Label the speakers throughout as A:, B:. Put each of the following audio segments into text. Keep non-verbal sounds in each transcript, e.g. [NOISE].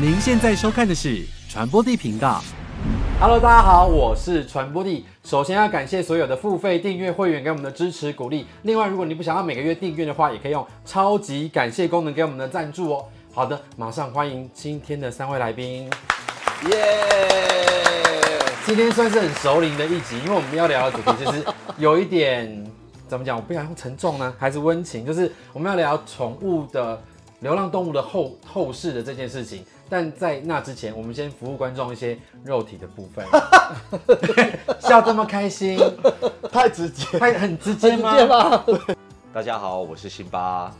A: 您现在收看的是传播地频道。
B: Hello，大家好，我是传播帝。首先要感谢所有的付费订阅会员给我们的支持鼓励。另外，如果你不想要每个月订阅的话，也可以用超级感谢功能给我们的赞助哦。好的，马上欢迎今天的三位来宾。
C: 耶、
B: 今天算是很熟龄的一集，因为我们要聊的主题就是有一点怎么讲，我不想用沉重呢，啊还是温情，就是我们要聊宠物的流浪动物的后后事的这件事情。但在那之前，我们先服务观众一些肉体的部分。笑这么开 [LAUGHS] 心，
C: 太直接，
B: 太很直接吗？
C: 吗？
D: 大家好，我是辛巴。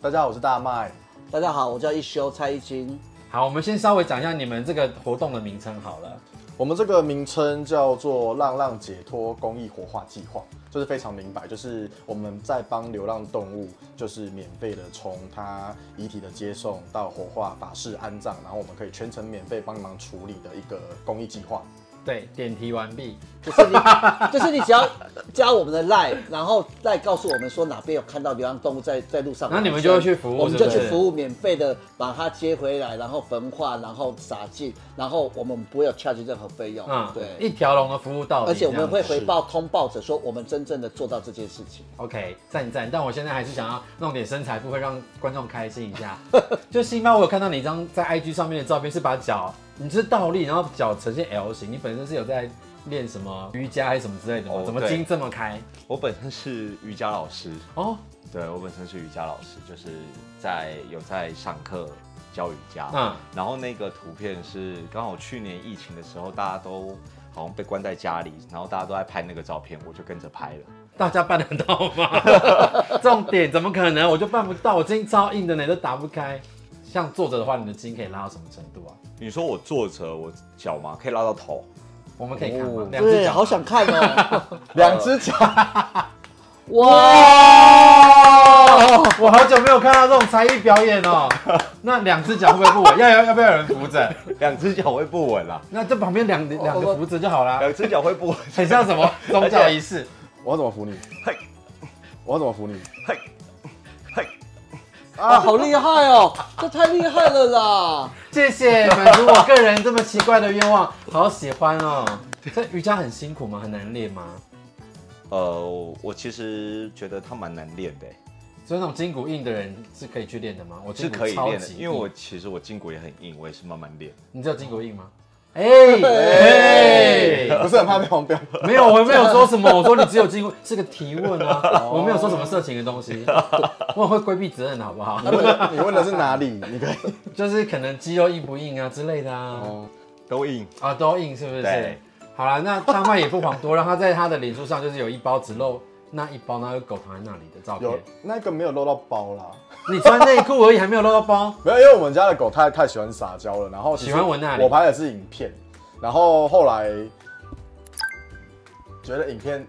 C: 大家好，我是大麦。
E: 大家好，我叫一休蔡一清，
B: 好，我们先稍微讲一下你们这个活动的名称好了。
C: 我们这个名称叫做“浪浪解脱公益活化计划”，就是非常明白，就是我们在帮流浪动物，就是免费的从它遗体的接送到活化、法事、安葬，然后我们可以全程免费帮忙处理的一个公益计划。
B: 对，点题完毕。
E: 就是你， [LAUGHS] 就是你只要加我们的 line，然后再告诉我们说哪边有看到流浪动物在在路上，
B: 然后你们就会去服务
E: 我们就
B: 对不
E: 去
B: 对
E: 服务，免费的把它接回来，然后焚化，然后撒进，然后我们不会有 charge 任何费用，
B: 嗯，一
E: 对，
B: 条龙的服务到底。
E: 而且我们
B: 这
E: 会
B: 样子
E: 回报通报者说我们真正的做到这件事情。
B: OK，赞赞，但我现在还是想要弄点身材部分让观众开心一下。就辛巴，我有看到你一张在 IG 上面的照片，是把脚，你是倒立，然后脚呈现 L 型，你本身是有在练什么瑜伽还是什么之类的吗？
D: 哦
B: 怎么
D: 对
B: 筋这么开？
D: 我本身是瑜伽老师，
B: 哦，
D: 对我本身是瑜伽老师，就是在有在上课教瑜伽。
B: 嗯
D: 然后那个图片是刚好去年疫情的时候，大家都好像被关在家里，然后大家都在拍那个照片，我就跟着拍了。
B: 大家办得到吗？这种点怎么可能？我就办不到，我筋超硬的呢，都打不开。像坐着的话，你的筋可以拉到什么程度啊？
D: 你说我坐着，我脚嘛可以拉到头，
B: 我们可以看吗
C: 哦？
B: 两只
E: 对，
B: 脚
E: 好想
B: [LAUGHS]
E: 看哦！
C: 两只脚，
B: 哇！我好久没有看到这种才艺表演哦。那两只脚会不会不稳？要要要不要有人扶着？
D: 两只脚会不稳啦、
B: 那这旁边两两个扶着就好啦。
D: 两只脚会不稳。 [LAUGHS]
B: 很像什么宗教仪式？
C: 我要怎么扶你？
D: 嘿，
C: 我要怎么扶你？
D: 嘿，嘿，
C: [LAUGHS]
E: 啊，好厉害哦，这太厉害了啦！
B: 谢谢满足我个人这么奇怪的愿望，好喜欢哦。这瑜伽很辛苦吗？很难练吗？
D: 呃，我其实觉得它蛮难练的、
B: 所以那种筋骨硬的人是可以去练的吗？我
D: 是
B: 筋骨
D: 可以
B: 超
D: 练的，
B: 级硬
D: 因为我其实我筋骨也很硬，我也是慢慢练。
B: 你知道筋骨硬
D: [LAUGHS]
B: 吗？哎、哎
C: 不是很怕被黄 [LAUGHS] 标？
B: 没有，我没有说什
D: [LAUGHS]
B: 么，我说你只有经过是个提问啊，
D: 哦
B: 我没有说什么色情的东西，我很会规避责任，好不好？
C: 你问你问的是哪里？你可以。
B: 就是可能肌肉硬不硬啊之类的啊，
C: 哦，
D: 都硬，
B: 啊都硬是不是
D: 对？
B: 好了，那大麦也不遑多让，他在他的脸书上就是有一包只露那一包那个狗躺在那里的照
C: 有
B: 片，
C: 那个没有露到包啦。
B: 你穿内裤而已，还没有露到包，
C: 没有，因为我们家的狗太太喜欢撒娇了，然后其实
B: 喜欢闻那里
C: 我拍的是影片，然后后来觉得影片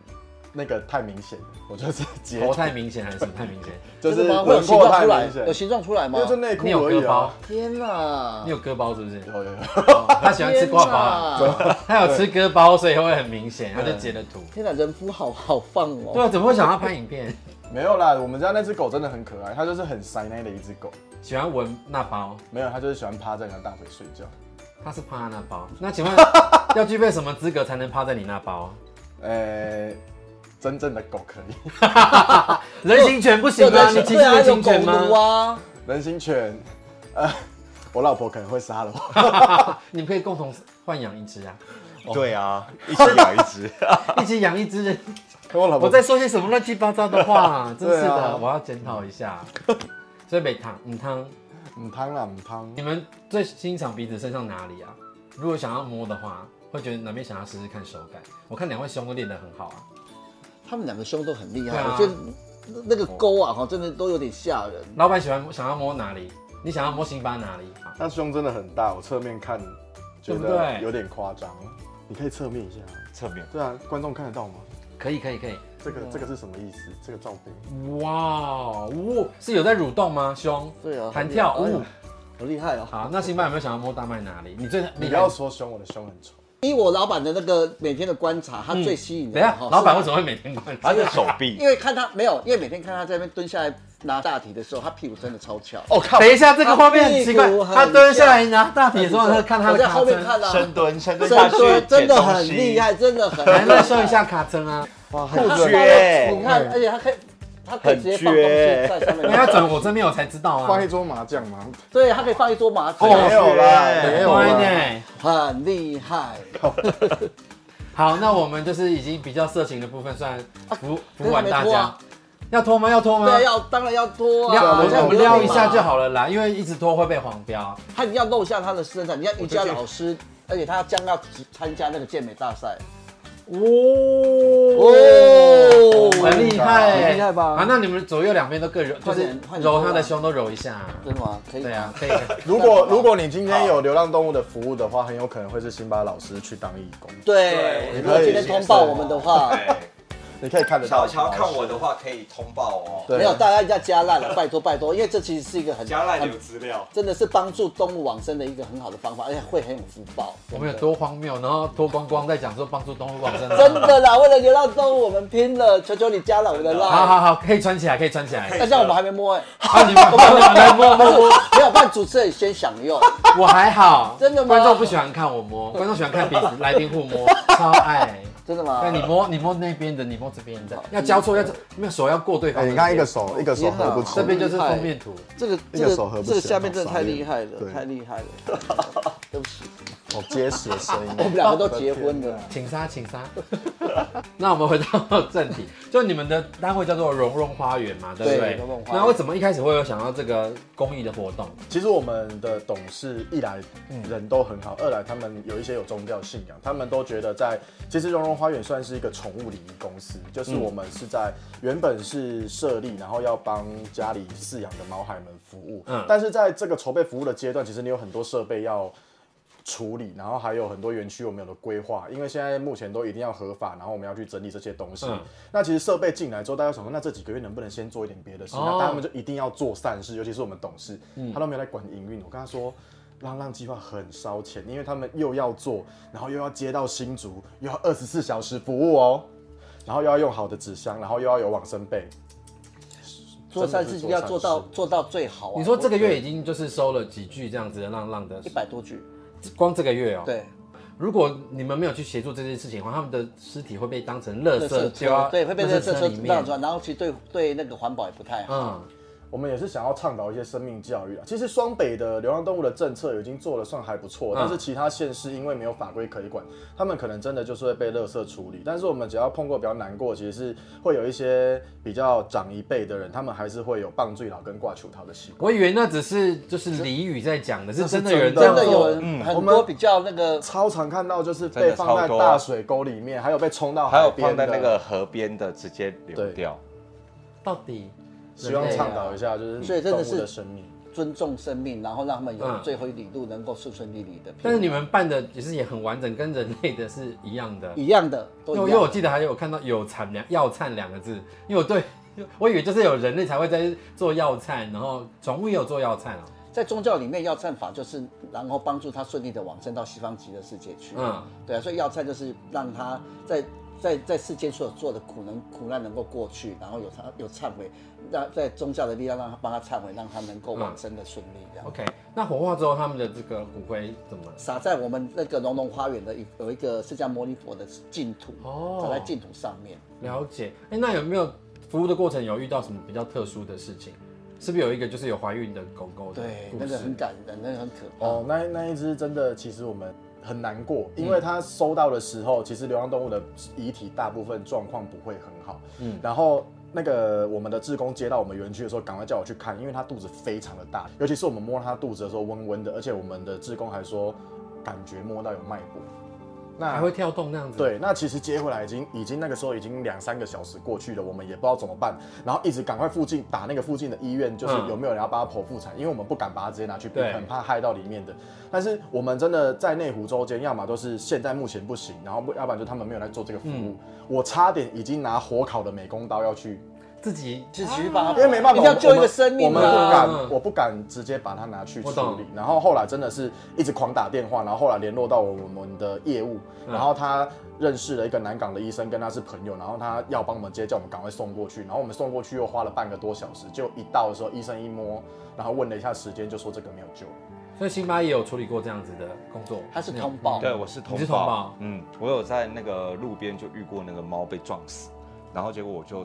C: 那个太明显了，我就是截
B: 头太明显还是什么太明显？
C: [LAUGHS] 就是
E: 真的吗？会有
C: 轮
E: 形
C: 廓
E: 状
C: 太
E: 出来
C: 明显，，
E: 有形状出来
C: 因
E: 吗
C: 为？就内
B: 你有
C: 裤而
B: 割
C: 已
B: 包
C: 啊。，
E: 天哪！
B: 你有割包是不
E: [LAUGHS]
B: 是？
C: 有 [LAUGHS] 有有，
B: 哦他喜欢吃挂包啊，
E: 天哪
B: 他有吃割包，所以会很明显，他就截了图。
E: 天哪，人夫好好放哦。
B: 对啊，怎么会想要拍影片？
C: 没有啦，我们家那只狗真的很可爱，它就是很塞奶的一只狗，
B: 喜欢闻那包，
C: 没有，它就是喜欢趴在你的大腿睡觉。
B: 他是趴那包。那
E: [LAUGHS]
B: 请问要具备什么资格才能趴在你那包？
C: 呃，真正的狗可以， [LAUGHS]
B: 人形犬不行
E: 有
B: 吗？
E: 人
B: 你
E: 形
B: 歧视
E: 对啊，
B: 人
E: 有
B: 形
E: 狗
B: 犬吗？
E: 奴啊，
C: 人形犬，呃，我老婆可能会杀了我。
B: 你们可以共同豢养一只啊，
D: 对啊，一只咬一只。
B: 一起养一只。
C: 我老
B: [LAUGHS]
C: 婆
B: 我在说些什么乱七八糟的话、 [LAUGHS] 真是的，
C: 对啊
B: 我要检讨一 [LAUGHS] 下。所以北汤、嗯汤，
C: 母汤啦，母汤
B: 你。们最欣赏彼此身上哪里啊？如果想要摸的话，会觉得哪边想要试试看手感？我看两位兄都练得很好啊。
E: 他们两个胸都很厉害，
B: 对啊
E: 我觉得那那个沟啊，哈，真的都有点吓人。
B: 老板喜欢想要摸哪里？你想要摸辛巴哪里？啊
C: 他胸真的很大，我侧面看觉
B: 对不
C: 得
B: 对
C: 有点夸张。你可以侧面一下。
D: 侧面
C: 对啊，观众看得到吗？
B: 可以可以可以，
C: 这个这个是什么意思？这个照片
B: 嗯哇，呜、是有在蠕动吗？胸？
E: 对啊
B: 弹跳。
E: 很厉
B: 呜、
E: 害好厉害哦！
B: 好，那辛巴有没有想要摸大麦哪里？你最
C: 你
B: 厉
C: 不
B: 害
C: 要？说胸，我的胸很丑。
E: 依我老板的那个每天的观察，他最吸
B: 嗯
E: 引
B: 等
E: 的
B: 一下
E: 哈，，
B: 老板为什
E: 是啊
B: 么会每天观察
D: 他？的手臂
E: 因为看他没有，因为每天看他在那边蹲下来拿大体的时候，他屁股真的超翘。
C: 哦靠，
B: 等一下，这个画面很奇怪
E: 他屁股，很
B: 他蹲下来拿大体的时候，他看他
E: 我
B: 的
E: 在
B: 卡
E: 后面
B: 针，
E: 看了、
D: 深蹲，深蹲下
E: 真
D: 去
E: 的真的很
D: 捡东西
E: 厉，害，真的很
B: 来，
E: 厉
B: 哎那
E: 害。
B: 说一下卡针
E: [LAUGHS]
B: 啊，
C: 哇，
E: 他
C: 很
E: 放
B: [LAUGHS]
D: 很
E: 在
D: 绝欸
E: 你看，而且他可以，他可以直接放东西在上
B: 人家
E: 面。
B: 转我这边我才知道
C: 放
B: 啊
C: 一，桌麻将吗？
E: 对，他可以放一桌麻将，
C: 没
B: 哦
C: 有啦，
D: 绝
C: 没
E: 啊
C: 有
B: 乖
C: 啦。
B: 呢。
E: 很厉害。
B: 好，那我们就是已经比较色情的部分，算服服
E: 可啊是还
B: 完
E: 没
B: 大
E: 脱
B: 家
E: 啊。
B: 要脱吗？要脱吗？
E: 对，要当然要脱
B: 撩
E: 啊，
B: 我
E: 这
B: 们
E: 样
B: 我
E: 不
B: 们
E: 用
B: 撩
E: 嘛
B: 一下就。好了啦，因为一直脱会被黄标。
E: 他你要露下他的身材，你要瑜伽老师，而且他将要参加那个健美大赛。
B: 哦
E: 哦
B: 很厉害，
E: 很厉害吧
B: 啊，那你们左右两边都各揉，就
E: 快
B: 是
E: 点快点
B: 揉
E: 揉
B: 他的
E: 啊
B: 胸都揉一下。
E: 真的吗？可以
B: 对
E: 吗
B: 啊？，可以。 [LAUGHS]
C: 如果如果你今天有流浪动物的服务的话，很有可能会是辛巴老师去当义工，
E: 对，
C: 你
E: 如果
C: 可以
E: 今天通报我们的话，
C: 你可以看得到。
D: 小乔看我的话可以通报哦，
C: 对
E: 没有，大家一定要加烂了，拜托拜托，因为这其实是一个很
D: 加赖有
E: 很
D: 资料。
E: 真的是帮助动物往生的一个很好的方法，而且会很有福报。
B: 我们有多荒谬，然后脱光光在讲说帮助动物往生。啊
E: 真。的啦，为了流浪动物，我们拼了！求求你加了我们的
B: 好
E: line。
B: 好好，可以穿起来，可以穿起来。
E: 但这样我们还没摸哎、
B: 啊，
E: [LAUGHS]
B: 你们来摸摸摸，
E: 没有，办主持人先享用。
B: 我还好。
E: 真的吗
B: 观众不喜欢看我摸，观众喜欢看彼此来宾互
E: [LAUGHS]
B: 摸，超爱。
E: 真的吗？
B: 那你摸你摸那边的，你摸这边的，要交错，要没有手要过对方
C: 哎，
B: 的
C: 你
B: 边。
C: 看一个手一个手合不
B: 哦这
C: 起，
B: 边就是封面图，
E: 这个
C: 一
E: 这
C: 个
E: 个
C: 手合不
E: 这个
C: 起来
E: 下面真的
C: 好
E: 太
C: 傻眼
E: 厉害了，
C: 对
E: 太厉害了。对不起，
C: 好哦结实的声音。
B: [LAUGHS]
E: 我们两个都结婚了。
B: 请杀，请杀。 [LAUGHS] 那我们回到正题，就你们的单位叫做蓉蓉花园嘛，对不
E: 对
B: 对
E: 蓉蓉？花园
B: 那为什么一开始会有想到这个公益的活动？
C: 其实我们的董事一来人都很好，二来他们有一些有宗教信仰，他们都觉得在其实蓉蓉花园算是一个宠物礼仪公司，就是我们是在原本是设立，然后要帮家里饲养的毛孩们服务，
B: 嗯
C: 但是在这个筹备服务的阶段，其实你有很多设备要。处理，然后还有很多园区我们有的规划，因为现在目前都一定要合法，然后我们要去整理这些东西。
B: 嗯
C: 那其实设备进来之后，大家想说，那这几个月能不能先做一点别的事？啊
B: 哦嗯
C: 那他们就一定要做善事，尤其是我们董事，他都没有在管营运。我跟他说。浪浪计划很烧钱，因为他们又要做，然后又要接到新竹，又要二十四小时服务哦，然后又要用好的纸箱，然后又要有往生被，
E: 做善事情要做到做到最好啊！
B: 你说这个月已经就是收了几句这样子的浪浪的
E: 一，百多句，
B: 光这个月哦。。
E: 对，
B: 如果你们没有去协助这件事情的话，他们的尸体会被当成垃
E: 垃
B: 圾
E: 圾
B: 丢到
E: 车，对，会被
B: 垃
E: 垃圾车
B: 里面
E: 让。转，然后其实对对那个环保也不太好。
B: 嗯，
C: 我们也是想要倡导一些生命教育啊。其实双北的流浪动物的政策已经做的算还不错，
B: 嗯
C: 但是其他县市因为没有法规可以管，他们可能真的就是会被垃圾处理。但是我们只要碰过比较难过，其实是会有一些比较长一辈的人，他们还是会有棒醉老跟挂球桃的习惯。
B: 我以为那只是就是俚语在讲的，是真的有人这
E: 真
B: 样
E: 的有
B: 做。
E: 人很
C: 我
E: 多
C: 们
E: 比较那个
C: 超常看到就是
D: 真
C: 被
D: 的
C: 放在
D: 超多
C: 大水沟里面，还有被冲到
D: 还有
C: 海边
D: 放在
C: 的
D: 那个，河边的直接流
C: 对
D: 掉，
B: 到底
C: 希望倡导一下就是
E: 啊所以真的
C: 动
E: 是
C: 物的生命。
E: 尊重生命，然后让他们有
B: 嗯
E: 最后一里路能够顺顺利利的。
B: 但是你们办的其实也很完整，跟人类的是一样的。
E: 一样的，都
B: 因
E: 一
B: 为
E: 样
B: 因
E: 的。
B: 为我记得还有看到有产两药膳两个字，因为我对我以为就是有人类才会在做药膳，然后宠物也有做药膳哦。
E: 在宗教里面，药忏法就是然后帮助他顺利的往生到西方极乐世界去。
B: 嗯，
E: 对啊，所以药忏就是让他在在在世间所做的苦能苦难能够过去，然后有他有忏悔，让在宗教的力量让他帮他忏悔，让他能
B: 嗯
E: 够往生的顺利。这样、
B: OK，那火化之后他们的这个骨灰怎么？
E: 撒在我们那个龙龙花园的一有一个释迦牟尼佛的净土，
B: 哦
E: 撒在净土上面。
B: 了解。哎、那有没有服务的过程有遇到什么比较特殊的事情？是不是有一个就是有怀孕的狗狗的
E: 对，
B: 故
E: 那个
B: 事
E: 很？感人，那个很可怕。
C: 哦，那那一只真的，其实我们很难过，因
B: 嗯
C: 为它收到的时候，其实流浪动物的遗体大部分状况不会很好。嗯，然后。那个我们的志工接到我们园区的时候，赶快叫我去看，因为它肚子非常的大，尤其是我们摸它肚子的时候，温温的，而且我们的志工还说感觉摸到有脉搏，那
B: 还会跳动那样子？，
C: 对，那其实接回来已经已经那个时候已经两三个小时过去了，我们也不知道怎么办，然后一直赶快附近打那个附近的医院，就是
B: 嗯
C: 有没有人要帮他剖腹产，因为我们不敢把他直接拿去冰
B: 对，
C: 很怕害到里面的。但是我们真的在内湖周间，要么都是现在目前不
B: 嗯
C: 行，然后不要不然就他们没有来做这个服务。我差点已经拿火烤的美工刀要去
B: 自己
E: 自己去帮他，
C: 因为没办法，
E: 一定要
C: 我们
E: 救一个生命
C: 我们不
E: 啊！
C: 敢，我不敢直接把它拿去处
B: 我懂
C: 理。然后后来真的是一直狂打电话，然后后来联络到我们的业务，
B: 嗯
C: 然后他认识了一个南港的医生，跟他是朋友，然后他要帮我们接，叫我们赶快送过去。然后我们送过去又花了半个多小时，就一到的时候，医生一摸，然后问了一下时间，就说这个没有救。
B: 所以辛巴也有处理过这样子的工作，
E: 他是通报，
D: 对，我是同
B: 你是同
D: 胞
B: 胞。
D: 嗯，我有在那个路边就遇过那个猫被撞死，然后结果我就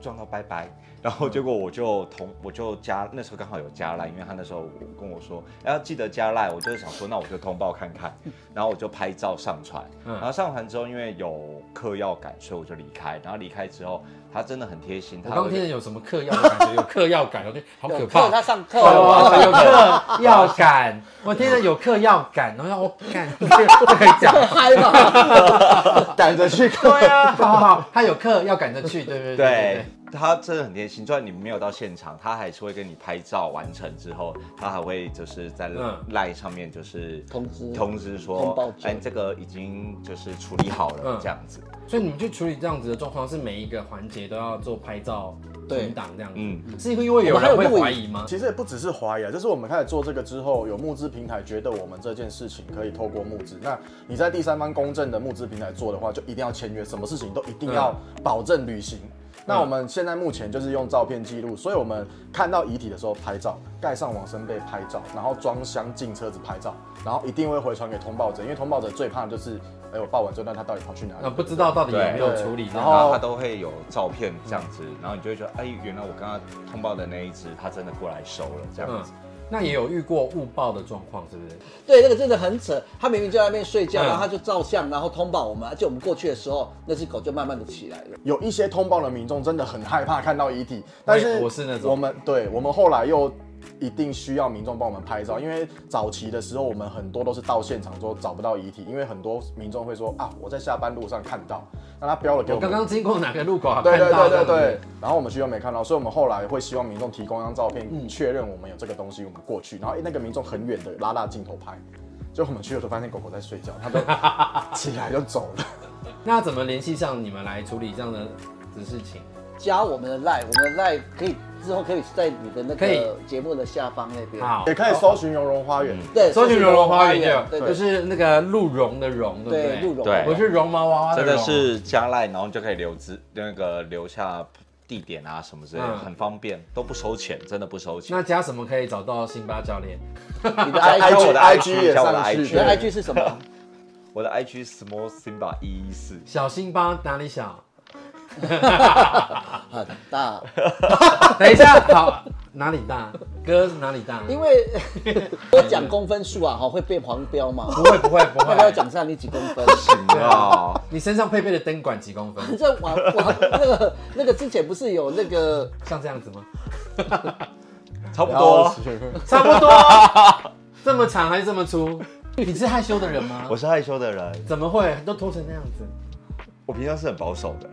D: 撞撞到拜 [LAUGHS] 拜，然后结果我就同我就加那时候刚好有加赖，因为他那时候我跟我说哎要记得加赖，我就是想说那我就通报看
B: [LAUGHS]
D: 看，然后我就拍照上传，
B: 嗯
D: 然后上传之后因为有课要赶，所以我就离开，然后离开之后他真的很贴心，
B: 我
D: 他
B: 刚
D: 有
B: 听人有什么嗑药的感
E: [LAUGHS]
B: 觉，有嗑药感，我觉得好可
E: 有
B: 怕
E: 课。他上课
B: 哇
E: 了，
B: 有嗑药感，我听着有嗑药感，然后我感这可以
E: [LAUGHS]
B: 讲，
E: [LAUGHS] 嗨吧，
C: 赶着去看，
B: 对啊，好好好，他有嗑要赶着去，对不对？
D: 对，他真的很贴心，就算你没有到现场，他还是会跟你拍照完成之后，他还会就是在
B: 嗯
D: 赖上面就是
E: 通知
D: 通知
E: 通报
D: 说，
E: 中
D: 哎，这个已经就是处理好了
B: 嗯
D: 这样子。
B: 所以你们去处理这样子的状况，是每一个环节都要做拍照、
E: 对
B: 存档这样子，
D: 嗯，
B: 是因为有人会怀疑吗？
C: 其实也不只是怀疑啊，就是我们开始做这个之后，有募资平台觉得我们这件事情可以透过募资。那你在第三方公证的募资平台做的话，就一定要签约，什么事情都一定要保证履行。那我们现在目前就是用照片记录，所以我们看到遗体的时候拍照，盖上往生被拍照，然后装箱进车子拍照，然后一定会回传给通报者，因为通报者最怕的就是，哎、我报完之后，那他到底跑去哪里
B: 那？呃不知道到底有没有处理这样，
D: 然
C: 对
D: 后他都会有照片这样子，然后你就会觉得，哎，原来我刚刚通报的那一只，他真的过来收了这样
B: 嗯
D: 子。，
B: 那也有遇过误报的状况，是不是？
E: 对，那个真的很扯。他明明就在那边睡觉，
B: 嗯
E: 然后他就照相，然后通报我们，而且我们过去的时候，那只狗就慢慢的起来了。
C: 有一些通报的民众真的很害怕看到遗体，但是
B: 我是那种
C: 我们对我们后来又一定需要民众帮我们拍照，因为早期的时候我们很多都是到现场之后找不到遗体，因为很多民众会说啊我在下班路上看到，那他标了给我
B: 我
C: 们。
B: 刚刚经过哪个路口啊
C: 对
B: 看
C: 对
B: 到
C: 对
B: 这样
C: 对
B: 子
C: 对，然后我们需要没看到，所以我们后来会希望民众提供一张照
B: 嗯
C: 片，确认我们有这个东西，我们过去，然后那个民众很远的拉大镜头拍，就我们去的时候发现狗狗在睡觉，它
B: [LAUGHS]
C: 都起来就走了。
B: 那怎么联系上你们来处理这样的的事情？
E: 加我们的 line，我们的 line 可以之后可以在你的那
B: 可以
E: 个节目的下方那边。
B: 好
C: 也，可以搜寻游荣花园，
B: 嗯
E: 对，
B: 搜寻
E: 是
B: 绒绒花园
E: 园，对
B: 就就
E: 对
B: 是那个鹿茸的茸，
E: 对，
B: 对
E: 鹿
B: 不
E: 茸，
B: 对？不是绒毛娃娃的
D: 真的
B: 绒
D: 是加赖，然后你就可以留资那个留下地点啊什么之类的，
B: 嗯
D: 很方便，都不收钱，真的不收钱。
B: 那加什么可以找到辛巴教练？
E: 你的
B: [LAUGHS]
C: 加
E: IG，
D: 我的
C: IG 也
D: 加我的
C: 上去
D: IG，
E: 你的哎 IG 是什么？ [LAUGHS]
D: 我的 IG small simba 一一四。
B: 小辛巴哪里小？ [LAUGHS]
E: 很大，
B: 等一下，好，哪里大？哥哪里大？
E: 因为我讲公分数啊，哈，会变黄标嘛。
B: [LAUGHS] 不会不会不
E: [LAUGHS] 要不要
B: 会，
E: 讲一下你几公分？
D: 哇，
B: 你身上配备的灯管几公分？
E: 你这网网那个那个之前不是有那个
B: 像这样子吗？
D: 差不
C: 然后
D: 多。
C: [LAUGHS]
B: [LAUGHS] 差不多，这么长还是这么粗？你是害羞的人吗
D: 我？是害羞的人，
B: 怎么会都脱成那样子？
D: 我平常是很保守的。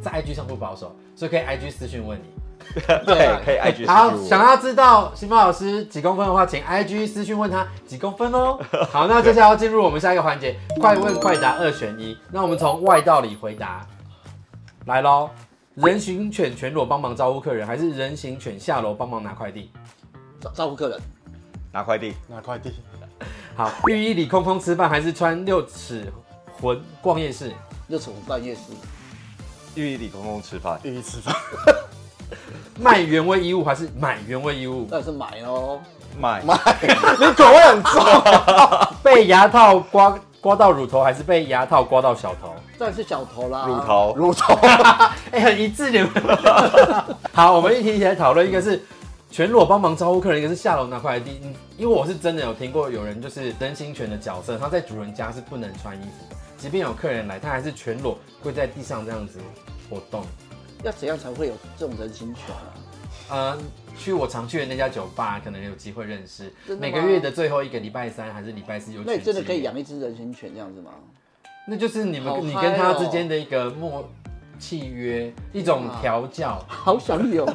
B: 在 IG 上不保守，所以可以 IG 私讯问你。
D: [LAUGHS] 对，哎可以 IG
B: 好，
D: 私
B: 想
D: 信我。
B: 要知道辛巴老师几公分的话，请 IG 私讯问他几公分哦。
D: [LAUGHS]
B: 好，那接下来要进入我们下一个环节，快问快答二选一。那我们从外到里回答，来喽。人形犬全裸帮忙招呼客人，还是人形犬下楼帮忙拿快递？
E: 招招呼客人？
D: 拿快递，
C: 拿快递。
B: 好，浴衣里空空吃饭，还是穿六尺魂逛夜市？
E: 六尺五半夜市，
D: 玉里公公吃饭，
C: 第一次吧，
B: 卖原味衣物还是买原味衣物？
E: 那是买哦。
D: [LAUGHS] 买
C: 你口味很重。
B: 被牙套刮刮到乳头，还是被牙套刮到小头？
E: 但是小头啦，
D: 乳头，
C: 乳头，
B: 哎、很一致你们。 [LAUGHS] 好，我们一题一题来讨论，一个是全裸帮忙招呼客人，一个是下楼拿快递。嗯因为我是真的有听过有人就是人形犬的角色，他在主人家是不能穿衣服的，即便有客人来，他还是全裸跪在地上这样子活动。
E: 要怎样才会有这种人形犬啊？
B: 呃，去我常去的那家酒吧，可能有机会认识。
E: 真的
B: 每
E: 吗
B: 个月的最后一个礼拜三还是礼拜四有。
E: 那你真的可以养，一只人形犬这样子吗？
B: 那就是你们、
E: 好嗨哦
B: 你跟他之间的一个默契约，一种调教。
E: 好想
C: [LAUGHS]
E: 有，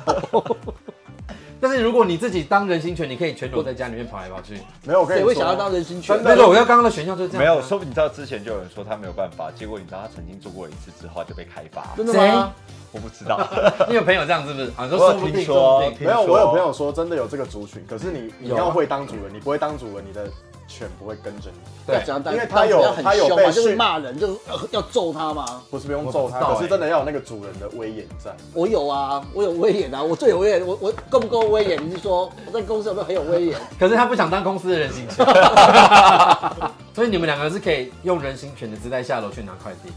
B: 但是如果你自己当人形犬，你可以全裸在家里面跑来跑去。
C: [LAUGHS] 没有，我跟你
E: 谁
C: 说，啊
E: 会想要当人形犬？
C: 真的
B: 那个我要刚刚的选项就是这样啊、
D: 没有。 [LAUGHS] 说不定你知道之前就有人说他没有办法，结果你知道他曾经做过一次之后他就被开发。
E: 真的吗？
D: 我不知道。
B: 你有朋友这样是不是？啊，你说
D: 我有
B: 说不定，
D: 听说
B: 说不定
D: 听
C: 没有，
D: 说
C: 我有朋友说真的有这个族群，可是你你
B: 有啊
C: 要会当主人，你不会当主人，你的犬不会跟着你。
B: 对
E: 讲
C: 因为他有
E: 要很
C: 他有
E: 凶
C: 被
E: 嘛，就是
C: 训
E: 骂人，就是呃要揍他嘛。
C: 不是不用
B: 我
C: 揍
B: 不
C: 它，
B: 知道
C: 可
B: 欸
C: 是真的要有那个主人的威严在。
E: 我有啊，我有威严啊，我最有威严，我我够不够威严？你是说我在公司有没有很有威
C: [LAUGHS]
E: 严？
B: 可是他不想当公司的人形犬， [LAUGHS] 所以你们两个是可以用人形犬的姿态下楼去拿快递。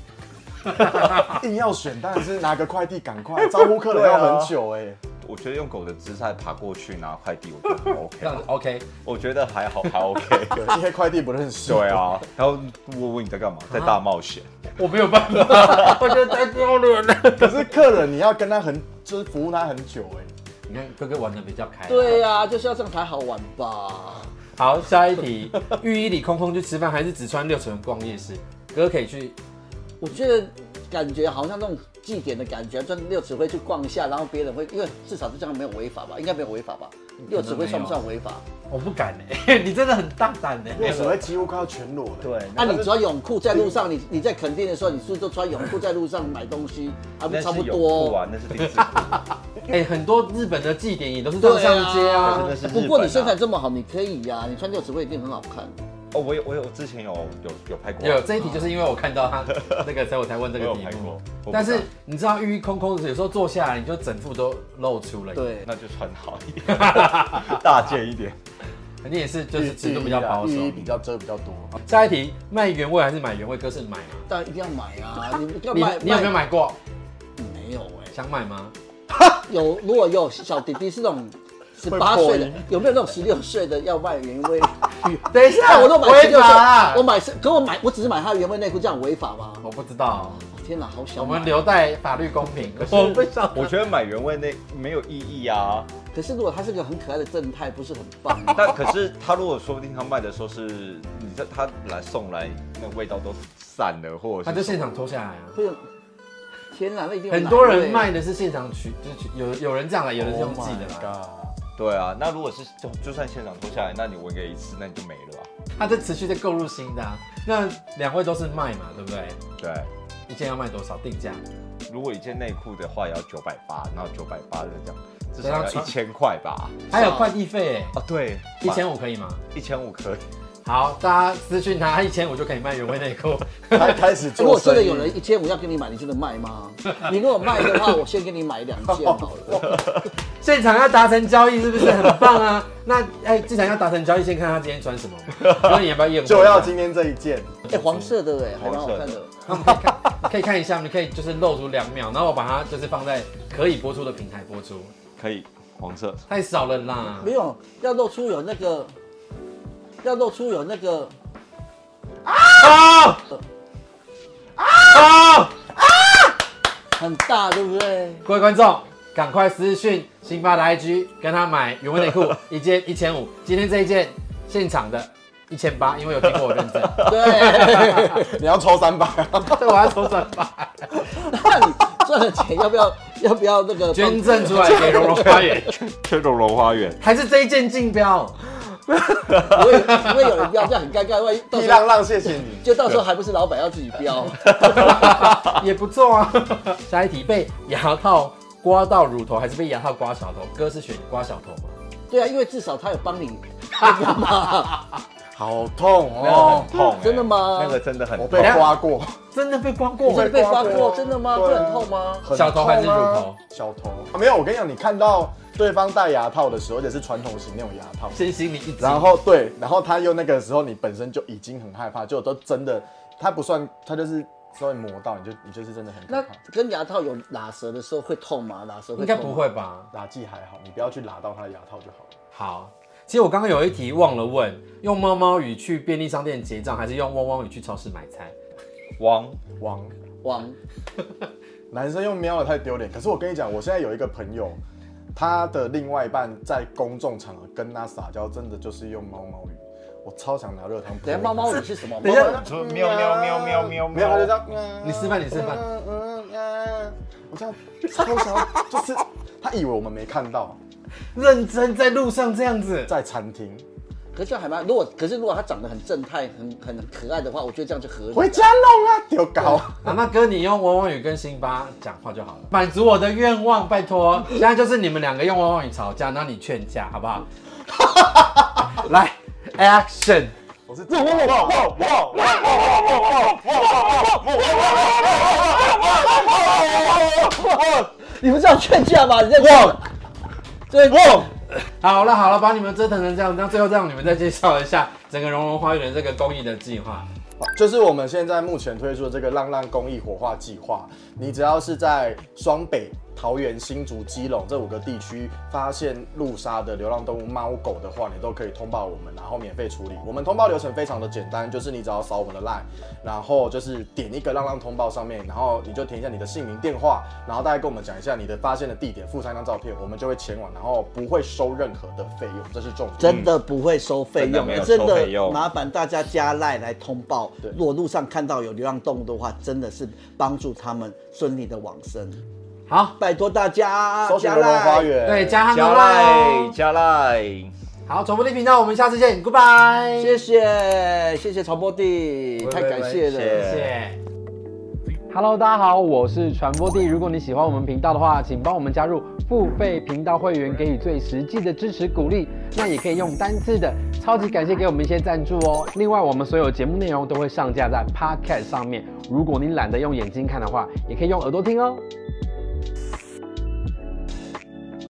C: 啊硬要选，当然是拿个快递赶快， [LAUGHS] 招呼客人要很久哎、
D: 我觉得用狗的姿态爬过去拿快递，我觉得还 [LAUGHS] OK
B: 这样
D: 啊
B: 子。OK，
D: 我觉得还好，还 OK。 [LAUGHS]
C: 对，因为快递不认识。
D: 对，啊，然后我问你在干嘛，在大冒险。
B: 我没有办法，我觉得太丢脸了。
C: 可是客人你要跟他很，就是服务他很久哎、
B: 你看哥哥玩的比较开。啊
E: 对呀、就是要这样才好玩吧。
B: 好，下一题，浴衣里空空去吃饭，还是只穿六尺纹逛夜市？哥可以去，
E: 我觉得感觉好像那种祭典的感觉，就六指挥去逛一下，然后别人会，因为至少是这样没有违法吧？应该没有违法吧？六指挥算不算违法？
B: 我不敢哎、 [LAUGHS] 你真的很大胆哎、
C: 那时候几乎快要全裸了。，
D: 对，
E: 那、啊你只要泳裤在路上，你你在垦丁的时候，你是不是就穿泳裤在路上买东西，还不
D: 那
E: 差不
D: 是泳
E: 多？
D: 裤 [LAUGHS] 啊，那是丁字裤。
B: 哎、很多日本的祭典也都是这样上街啊。
D: 对啊那是日本
E: 不过你身材这么好，你可以呀、你穿六指挥一定很好看。
D: 哦，我有，我有，我之前有有有拍过啊，
B: 有这一题，就是因为我看到他那个，所以我才问这
D: 我
B: 个
D: 有
B: 题
D: 拍
B: 目
D: 过。。我不
B: 但是
D: 敢
B: 你知道浴衣空空的时候，有时候坐下来你就整副都露出了。，
E: 对，
D: 那就穿好一点，
B: [LAUGHS]
D: 大件一点。
B: 肯定也是就是尺度
C: 浴
B: 比较保守
C: 浴。衣比较遮比较多。
B: 下一题，卖原味还是买原味？哥是买吗？
E: 当然一定要买啊！你要
B: 你
E: 买，
B: 你有没有？买过？
E: 没有哎、
B: 想买吗？
E: 有如果有小弟弟是那种十
C: 会
E: 八
C: 破
E: 岁的
C: 音，
E: 有没有那种十六岁的要卖原
B: [LAUGHS]
E: 味？
B: 等一下，
E: 那我都买
B: 违
E: 十六
B: 法啊
E: 岁
B: 啦，
E: 我买是，可我买我只是买他的原味内裤，这样违法吗？
B: 我不知道，
E: 天哪，好
B: 哦
E: 小啊
B: 我
E: 买
B: 们留待法律公平。我不想，
D: 我觉得买原味那没有意义啊。
E: 可是如果他是个很可爱的正太，不是很
B: [LAUGHS]
E: 棒吗？
D: 但可是他如果说不定他卖的时候是你这他来送来，那味道都散了，或者是
B: 他就现
D: 什么
B: 场脱下来啊。
E: 会有天哪，那一定有
B: 很多
E: 奶
B: 人
E: 味
B: 卖。的是现场取，就是取有有人这样来，有人是用寄的
C: Oh
B: 啦。
D: 对啊。那如果是就就算现场脱下来，那你闻个一次，那你就没了啊吧？
B: 他在持续在购入新的、啊。那两位都是卖嘛，对不对？
D: 对，
B: 一件要卖多少定价？
D: 如果一件内裤的话也要九百八，然后九百八的这样，至少
B: 那要
D: 要
B: 穿
D: 一千块吧？
B: 还有快递费、
D: 啊，对，
B: 一千五可以吗？
D: 一千五可以。
B: 好，大家私讯他，一千五就可以卖原味内裤。 [LAUGHS]
C: 他开始
E: 如果
C: 做生
E: 真的
C: 意。
E: 有人一千五要跟你买，你真的卖吗？你如果卖的话，我先给你买两件好了。
B: 现场要达成交易是不是很棒啊？ [LAUGHS] 那哎，现场要达成交易，先看他今天穿什么嘛。所以你要不要验货一下？
C: 就要今天这一件，
E: 哎、黄色的哎，还蛮好看
D: 黄色
E: 的。
B: 那我们可以看， [LAUGHS] 你可以看一下，你可以就是露出两秒，然后我把它就是放在可以播出的平台播出。
D: 可以，黄色。
B: 太少了啦
E: 没，有，要露出有那个，要露出有那个，
B: 啊好。
E: 很大，对不对？
B: 各位观众，赶快私讯辛巴的 IG，跟他买原味内 [LAUGHS] 裤一件一千五，今天这一件现场的一千八，因为有经过我认 [LAUGHS] 证，
E: 对， [LAUGHS]
C: 你要抽三百，
B: 对，我要抽三百，
E: 那你赚的钱要不要要不要那
B: [LAUGHS]
E: 个
B: 捐赠出来给蓉蓉花园，
D: 去龙龙花园，
B: [LAUGHS] 还是这一件竞标？ [LAUGHS]
E: 不会不会有人标，这样很尴尬，万一到
C: 一
E: 时候
C: 浪浪，谢谢你。
E: 就到时候还不是老板要自己
B: [LAUGHS]
E: 标。
B: 也不错啊。下一题，被牙套刮到乳头，还是被牙套刮小头？哥是选刮小头吗？
E: 对啊，因为至少他有帮你那个
B: [LAUGHS]
E: 嘛。
C: 好痛
D: 那个
C: 哦
D: 很！痛欸、
E: 真的吗
D: 那个真的很
C: 我
D: 痛。
C: 被刮过，
B: 真的被刮
E: 你
B: 过
E: 真
B: 吗？
E: 的被刮过，真的吗？
C: 对啊
E: 会很痛吗？
C: 很
B: 小头还是乳
C: 痛啊
B: 头？
C: 小头、没有，我跟你讲，你看到对方戴牙套的时候，而且是传统型那种牙套，
B: 先心里一惊，
C: 然后对，然后他又那个时候，你本身就已经很害怕，就都真的，他不算，他就是稍微磨到，你就你就是真的很可
E: 那
C: 怕。
E: 跟牙套有拉舌的时候会痛吗？拉舌会痛吗
B: 应该不。会吧？
C: 打剂还好，你不要去拉到他的牙套就好了。
B: 好，其实我刚刚有一题忘了问，用猫猫语去便利商店结账，还是用汪汪语去超市买菜？
D: 汪
C: 汪，
E: 王，
C: 男生用喵的太丢脸。可是我跟你讲，我现在有一个朋友，他的另外一半在公众场合跟他撒娇，真的就是用猫猫语，我超想拿热汤泼他。
E: 等下猫猫你是什么？
B: 等一下
E: 猫猫
D: 喵喵喵喵喵
C: 没有，
D: 喵
C: 他就这
D: 喵，
C: 样。嗯
B: 你示范你示范
C: 嗯嗯嗯，我这样超想要，就是他以为我们没看到，
B: 认真在路上这样子，
C: 在餐厅，
E: 可是这样还蛮，如果可是如果它长得很正太、很很可爱的话，我觉得这样就合理。
C: 回家弄啊，丢高。
B: 阿妈哥，你用汪汪语跟辛巴讲话就好了，满足我的愿望，拜托。现在就是你们两个用汪汪语吵架，那你劝架好不 [LAUGHS] 好？来，Action！
C: 我是哇哇哇哇哇哇！
E: 你们这样劝架吗？你在 [LAUGHS] 哇，对哇，
B: 好了好了，把你们折腾成这样，那最后让你们再介绍一下整个融融花园这个公益的计划。
C: 就是我们现在目前推出的这个浪浪公益火化计划，你只要是在双北、桃园、新竹、基隆这五个地区发现路杀的流浪动物猫狗的话，你都可以通报我们，然后免费处理。我们通报流程非常的简单，就是你只要扫我们的 line，然后就是点一个浪浪通报上面，然后你就填一下你的姓名、电话，然后大概跟我们讲一下你的发现的地点，附上一张照片，我们就会前往，然后不会收任何的费用，这是重点。
E: 真的不会收费
D: 真
E: 用
D: 的没，有
E: 真
D: 收
E: 的
D: 费用
E: 麻烦大家加赖来通报。
C: 对
E: 如果路上看到有流浪动物的话，真的是帮助他们顺利的往生。
B: 好，
E: 拜托大家，
C: 搜寻
E: 加
C: 流浪花
E: 赖。
C: 园，
B: 对，加他们
D: 加
B: 啦
D: 赖。加赖，
B: 好，传播地频道，我们下次见，Goodbye，
E: 谢谢谢谢曹波弟，
B: 喂
E: 太感
B: 喂
E: 谢
D: 谢谢
E: 了。
B: 谢谢。Hello，大家好，我是传播帝。如果你喜欢我们频道的话，请帮我们加入付费频道会员，给予最实际的支持鼓励。那也可以用单次的，超级感谢给我们一些赞助哦。另外，我们所有节目内容都会上架在 Podcast 上面，如果你懒得用眼睛看的话，也可以用耳朵听哦。